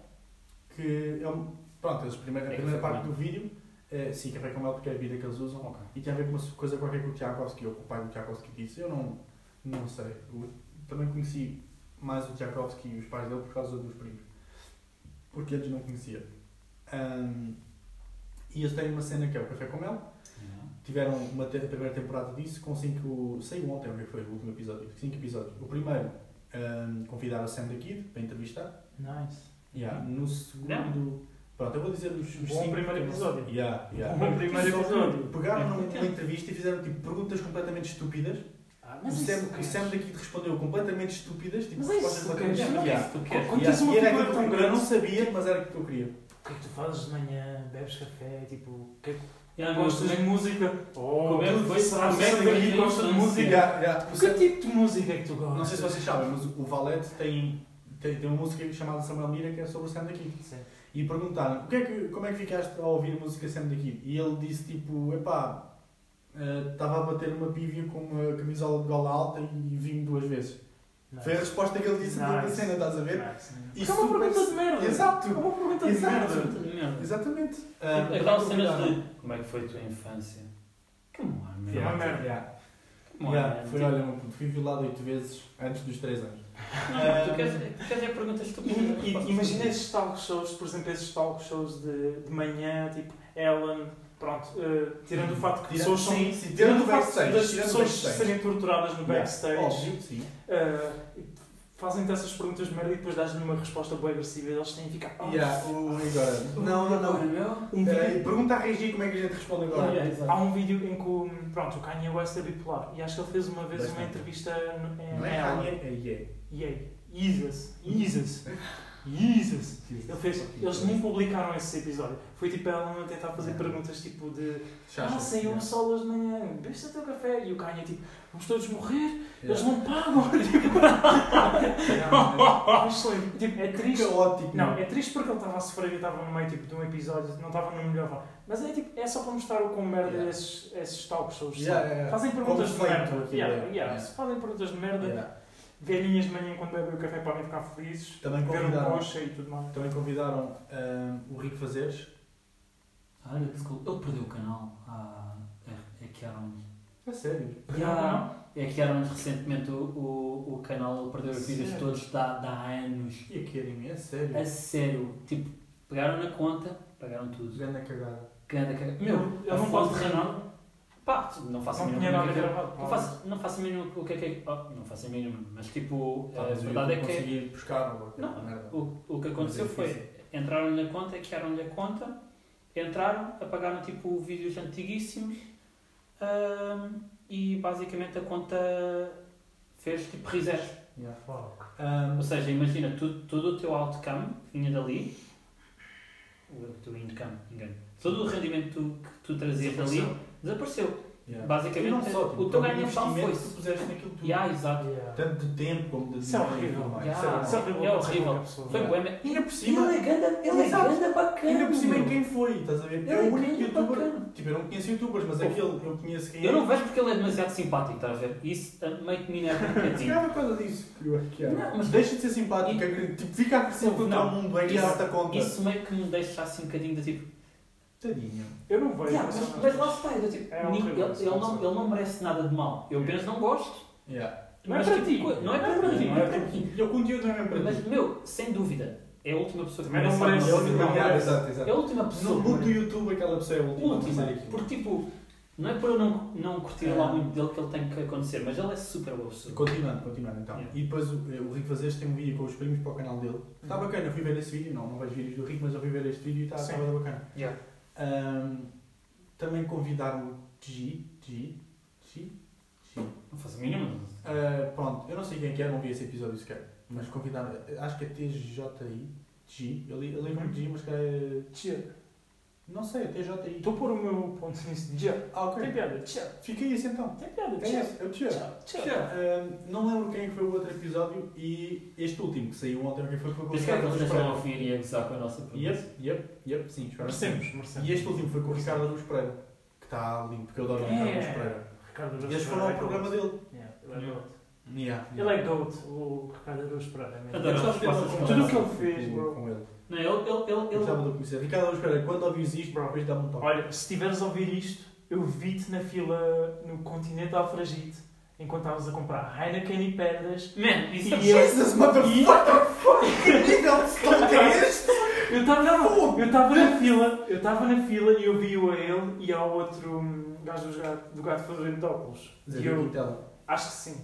que é um. Pronto, eles primeiro, a É primeira Café com parte Mel. do vídeo, é, sim, Café com Mel, porque é a vida que eles usam. Ok. E tem a ver com uma coisa qualquer que o Tchaikovsky, ou que é o pai do Tchaikovsky disse. Eu não, não sei. Eu também conheci mais o Tchaikovsky e os pais dele por causa dos primos. Porque eles não conhecia. Ahm, e eles têm uma cena que é o Café com Mel. Uhum. Tiveram uma te- a primeira temporada disso com cinco. Saiu ontem, o que foi o último episódio? Cinco episódios. O primeiro, ahm, convidaram a Sam da Kid para entrevistar. Nice. Yeah. No segundo. Pronto, eu vou dizer os, os Bom cinco. primeiro episódio. Um Yeah, yeah. Bom primeiro Só que episódio. Pegaram É. numa entrevista e fizeram tipo, perguntas completamente estúpidas. Ah, o, Sam, isso- o Sam da Kid respondeu completamente estúpidas. Tipo, Mas é isso respostas que eu completamente estúpidas. quero. Yeah. Tu queres? Quando Yeah. tens uma E era figura aquilo que tão eu queria, eu não sabia, mas era aquilo que eu queria. O que é que tu fazes de manhã? Bebes café? Tipo, o que é que Yeah, mas- gostas de música? Oh, Como é que foi? será Como é que que foi daqui a gosta de infância? música? Yeah, yeah. O Que Sam- tipo de música é que tu gostas? Não sei se vocês sabem, mas o Valete tem, tem, tem uma música chamada Samuel Mira que é sobre o Sam da Kid. Sim. E perguntaram o que é que, como é que ficaste ao ouvir a música Sam da Kid? E ele disse tipo, epá, eh, estava a bater uma pívia com uma camisola de gola alta e vim duas vezes. Foi a resposta que ele disse na Nice. cena, estás a ver? Nice. E Isso é uma super- pergunta de merda. Exato. É uma pergunta de Exato. merda. Puta de merda. Exatamente. Ah, é é Aquelas cenas de como é que foi a tua infância? Come on, Foi uma man. merda. Yeah. Bom, Yeah, é, foi, tipo- olha, meu puto, fui violado oito vezes antes dos 3 anos. Não, tu queres, tu queres é perguntas E, estúpidas. e, respostas imagina estúpidas. esses talk shows, por exemplo, esses talk shows de, de manhã, tipo Ellen, pronto, eh, tirando o fato que pessoas são. Sim, sim, Tirando o facto backstage, das tirando pessoas backstage. serem torturadas no Yeah, backstage, Óbvio, sim. eh, fazem-te essas perguntas de merda e depois dás-lhe uma resposta bem agressiva e eles têm de ficar. "Ah, Yeah, o- agora. Não, não, não. não. Um vídeo- Peraí, pergunta à Regi como é que a gente responde agora. Yeah, Há exato. um vídeo em que o, pronto, o Kanye West é bipolar e acho que ele fez uma vez uma Bastante. entrevista no, em, Não na é Ellen. Kanye, é Ye. E aí, Jesus, Jesus, Jesus. Ele fez, eles nem publicaram esse episódio. Foi tipo ela a tentar fazer perguntas tipo de Ah, saíam só hoje de manhã, beijo o teu café. E o Kanye tipo, vamos todos morrer, eles não pagam. Tipo, tipo, é Que triste. caótico. Não, é triste porque ele estava a sofrer e estava no meio tipo, de um episódio, não estava no melhor vá. Mas é tipo, é só para mostrar o quão merda Yeah. esses, esses talk shows são. Yeah, yeah. Fazem perguntas de Como feito merda. aquilo, Yeah, yeah. yeah. Yeah. Se fazem perguntas de merda, Yeah. velhinhas de manhã quando bebem o café podem ficar felizes, Também ver um convidaram, coxa e tudo mais. também convidaram ahm, o Rico Fazeres. Olha, desculpa, ele perdeu o canal. Ah, é, é que era um. É sério. Yeah. É que era um recentemente o, o, o canal, ele perdeu os vídeos Sério? todos de há de há anos. E a Kerem, é sério. A sério, tipo, pegaram na conta, pagaram tudo. Grande cagada. Cada, cada... Meu, eu a não foto posso de dizer Renan- nada. Pá, não faço a Não mínima ideia tinha nada do que é que- gravado. Não faço, não faço a mínima o que é que é. oh, não faço a mínima, mas tipo, a Talvez Tá, eu verdade é que conseguir buscar uma Não, merda. o, o que aconteceu Mas é foi, difícil. entraram-lhe na conta, hackearam-lhe a conta, entraram, apagaram tipo vídeos antiguíssimos ahm, e basicamente a conta fez tipo reset. Yeah. Hum, Fuck. Ahm, Ou seja, imagina, tu, todo o teu outcome que vinha dali, o teu income, engano, todo o rendimento tu- que tu trazias dali desapareceu. yeah. Basicamente, É. E não só, tipo, o todo teu ganha-pão investimento foi-se. que tu puseste naquilo tudo. E ah, exato. Tanto de tempo como de Isso é dinheiro e Ah, horrível. tudo mais. Yeah. Isso era Isso horrível. É horrível. Foi Yeah. bué, mas- Ainda por cima, Ele é ganda, ele é Exato. ganda bacana. ainda por cima em meu. quem foi, estás a ver? Ele é o é único ganda youtuber. bacana. Tipo, eu não conheço youtubers, mas Pô, aquele eu conheço. Eu não vejo porque ele é demasiado simpático, estás a ver? Isso uh, meio que me enerva um Se bocadinho. calhar é por causa disso que eu- que é. Não, mas- deixa de ser simpático, agressivo, tipo, fica agressivo Não, contra o mundo, é que isso- dá-te conta. Isso meio que me deixa assim um bocadinho de tipo. Tadinho. Eu não vejo. "Ya, essas mas, mas coisas. lá está, eu, tipo, É ni- horrível, ele, isso ele não, aconteceu. ele não merece nada de mal. Eu apenas não gosto. Yeah. Não é mas, para tipo, ti. co- Não é para mim, não é para mim. E o conteúdo não é mesmo para Mas, ti. meu, sem dúvida, é a última pessoa que Também não merece merece. É o alguma único- não, yeah, não. exato, coisa. exato. É a última pessoa. No mundo do YouTube, aquela pessoa é a última a Última. fazer aquilo. Porque, tipo, não é por eu não, não curtir É. lá muito dele que ele tem que acontecer, mas ele é super boa pessoa. Continuando, continuando então. Yeah. E depois o, o Rico Fazeres tem um vídeo com os primos para o canal dele. Está Uhum. bacana, eu fui ver esse vídeo, não, não vejo vídeos do Rico, mas eu fui ver este vídeo e está Sim. estava bacana. Yeah. Ahm, também convidaram o G, G, G, G. Não faço a mínima. Ah, pronto, eu não sei quem é que é, não vi esse episódio sequer. Mas convidaram, acho que é TJI, G, eu li- eu lembro-me de G, mas que é. Tchê. Não sei, é TJI. Estou a pôr o meu ponto nisso. Tchê. Ah, Tem ok. piada. Tchê. Fica isso então. Tem piada. É Tchê. esse, é o Tchê. Tchê. Tchê. Ahm, não lembro quem é que foi o outro episódio e este último que saiu ontem, quem foi que foi com Por isso que é que Ricardo eles Araújo deixaram Pereira. ao fim e ia gozar com a nossa pergunta. Yep, yep, yep, sim, espera. Merecemos, merecemos. E este último foi com o Ricardo Araújo Pereira, que está lindo, porque eu adoro o É. Ricardo Araújo Pereira. Ricardo Araújo Eles foram Pereira ao é programa dele. goat. Yeah, Ele é goat. Yeah, Ele é goat, o Ricardo Araújo Pereira. é mesmo. Adoro. Eu gostava de ter uma Tudo conversa o que ele fez, com- bro. com ele. Não, ele, ele, ele, Eu ele- gostava de o conhecer. Ricardo Araújo Pereira, quando ouvis isto, bro, depois dá-me um toque. Olha, se tiveres a ouvir isto, eu vi-te na fila no continente Alfragite enquanto estavas a comprar Heineken e pedras. Man, isso é E eu- Jesus, motherfucker! Que nível de stalk é este? Eu estava não, eu estava na fila, eu estava na fila e eu vi-o a ele e ao outro hum, gajo do gato, do gato fazendo de óculos. E Zé eu Quintela. acho que sim.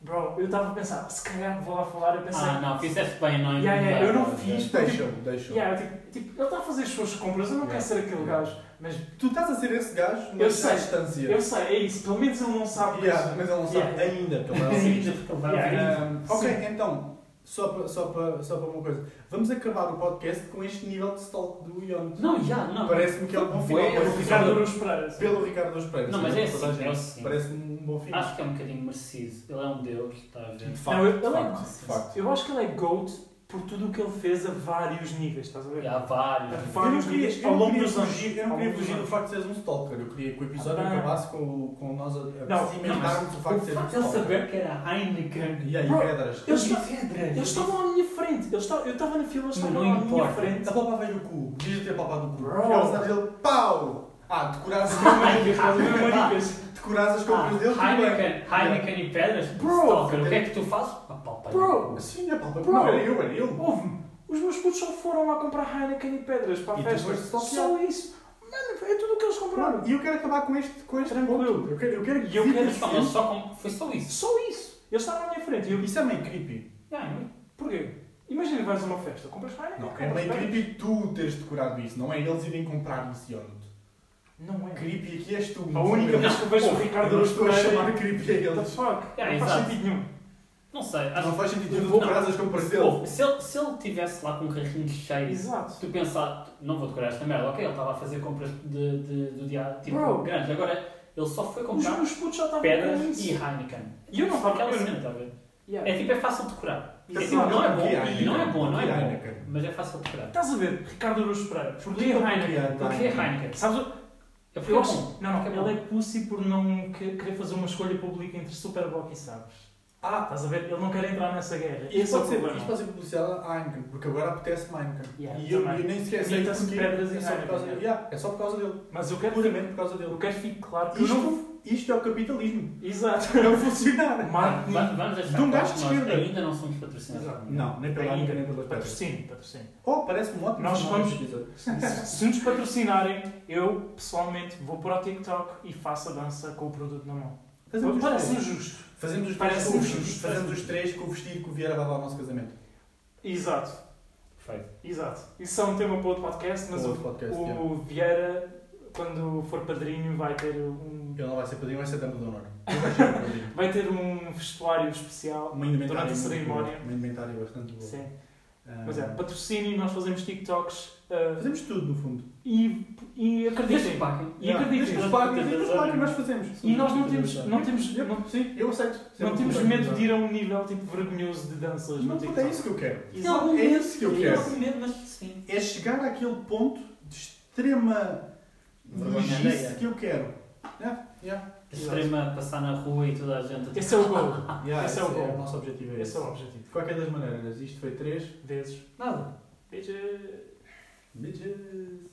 Bro, eu estava a pensar, se calhar vou lá falar, eu pensei. Ah, não, fizeste bem, não é? Yeah, yeah, eu não fiz. Isto deixa-me, deixa-me. Yeah, eu tipo, tipo, ele está a fazer as suas compras, eu não Yeah. quero ser aquele Yeah. gajo. Mas Tu estás a ser esse gajo, Eu mas à sei. distância. eu sei, é isso, pelo menos ele não sabe que- Yeah, mas ele não sabe Yeah. ainda, então porque ele não Sim, assiste. porque ele vai Yeah, ouvir. Ahm, ok, então, só para só para- só para uma coisa. Vamos acabar o podcast com este nível de stalk do Ion. Não, já, não. Parece-me que é um bom Foi, final para é este um Ricardo episódio. Aruz Pereira. sim. Pelo Ricardo dos Pereira. Não, mas é toda a assim, é gente. assim. Parece-me um bom fim. Acho que é um bocadinho merecido. Ele é um deus, está a ver? De facto, Ah, Não, eu- de eu- facto, de facto. Eu acho que ele é GOAT por tudo o que ele fez a vários níveis, estás a ver? E há vários. Yeah. Eu não Vários queria, eu vídeos ao não longo queria dos anos. fugir, eu não Ao queria longo dos fugir do anos. facto de seres um stalker. Eu queria que o episódio Ah. acabasse com, com nós a, a Não, cimentarmos o facto de seres um ele stalker. saber que era Heineken. E aí, Bro, pedras. Eles estavam- pedras. eles estavam à minha frente, eles estavam- eu estava na fila, eles Não estavam à minha importa. frente. A palpa veio o cu. Devias ter palpado o cu. Bro. E ao usar ele, pau! Ah, decoraste o meu marido. Maricas, estás a ver, maricas. decorares as compras Ah, dele, tudo bem. Heineken, Heineken e pedras? Bro, Stalker, o que é que tu fazes? Pá, pá, pá. Bro, Sim, é pá, Bro. não era eu, era ele. ouve-me. Os meus putos só foram lá comprar Heineken e pedras para a E tu festa. foste só Só isso. Mano, é tudo o que eles compraram. Pronto, E eu quero acabar com este, com este Tranquilo. ponto. Eu quero, eu quero E eu quero Mas não, só com- Foi só isso. Só isso. Eles estavam à minha frente e eu disse, Isso é meio creepy. Não, porquê? Imagina, vais a uma festa, compras Heineken, Não, é compras meio pedras. creepy tu teres decorado isso, não é eles irem comprar isso e onde. Não é. Creepy aqui és tu. A única vez que eu vejo o Ricardo eu não estou a Araújo chamar creepy a What the eles. fuck? É, não faz exato. sentido nenhum. não sei. Acho Não faz sentido tu Não. decorares as compras dele. Ouve, se ele, se ele tivesse lá com um carrinho cheio, se Exato. tu pensar, não vou decorar esta merda, ok, ele estava a fazer compras de, de- do dia tipo, Bro. grande, agora ele só foi Os comprar meus putos já estavam pedras com e isso. Heineken. E eu não estava Aquela eu não- cena, está a ver? Yeah. É tipo, é fácil decorar. É Sim, tipo, não é não bom, queria Heineken, não é bom, não não é queria bom, Heineken. mas é fácil decorar. Estás a ver, Ricardo Araújo Pereira. Porquê Porquê Heineken? queria Porquê Heineken. Heineken? Sabes o... É porque Eu é acho... bom. Não, não, Porque é bom. ele é pussy por não que- querer fazer uma escolha pública entre Superboc e Sabes. Ah, Estás a ver? Ele não quer entrar nessa guerra. isto Esse é o pode, ser, problema. isto pode ser publicidade à Heineken, porque agora apetece-me Heineken. Yeah, e eu, também. eu nem sequer sei Imita-se porquê. pedras e é só por causa Heineken, dele. Yeah, é só por causa dele. Mas eu quero, Puramente por causa dele. eu quero que fique claro que eu não... Isto, isto é o capitalismo. Exato. Não funciona. Marketing. Va- Vamos deixar De um claro gajo que de nós esquerda. ainda não somos patrocinados. Exato. Não, nem pela Heineken, nem pelas pedras. Patrocínio, patrocínio. Oh, parece-me um ótimo. Nós sinal vamos- deste episódio. Se se nos patrocinarem, eu pessoalmente vou para o TikTok e faço a dança com o produto na mão. Fazemos os Parece-me três. justo. Fazemos os três Parece-me com o justo. Fazemos os três com o vestido que o Vieira vai dar ao nosso casamento. Exato, Perfeito. exato. Isso é um tema para outro podcast, mas Ou o, outro podcast, o yeah. Vieira, quando for padrinho, vai ter um. Ele não vai ser padrinho, vai ser dama de honor. Ele vai ser padrinho. Vai ter um vestuário especial. Uma indumentária Durante a muito cerimónia. boa, Uma indumentária bastante boa. Sim. Ah, Mas é, patrocínio, nós fazemos TikToks ah, Fazemos tudo, no fundo. Ah, e, e Desde acreditem. que paguem. E acreditem. Desde que paguem, desde que paguem, nós fazemos. E nós não temos, não temos, Eu- não, Sim, eu aceito. não temos medo de ir a um nível tipo vergonhoso de danças Não, no puta, é TikTok. isso que eu quero. Tem algum É medo, isso que eu tem quero. algum medo, mas sim. É chegar àquele ponto de extrema Vergonha nojice alheia. que eu quero. Yeah, yeah. Exato. Extrema passar na rua e toda a gente. Esse é o gol. Yeah, Esse é o gol. nosso objetivo. é Esse esse. é o objetivo. De qualquer das maneiras, isto foi 3. Vezes. Nada. Bitches. Bitches.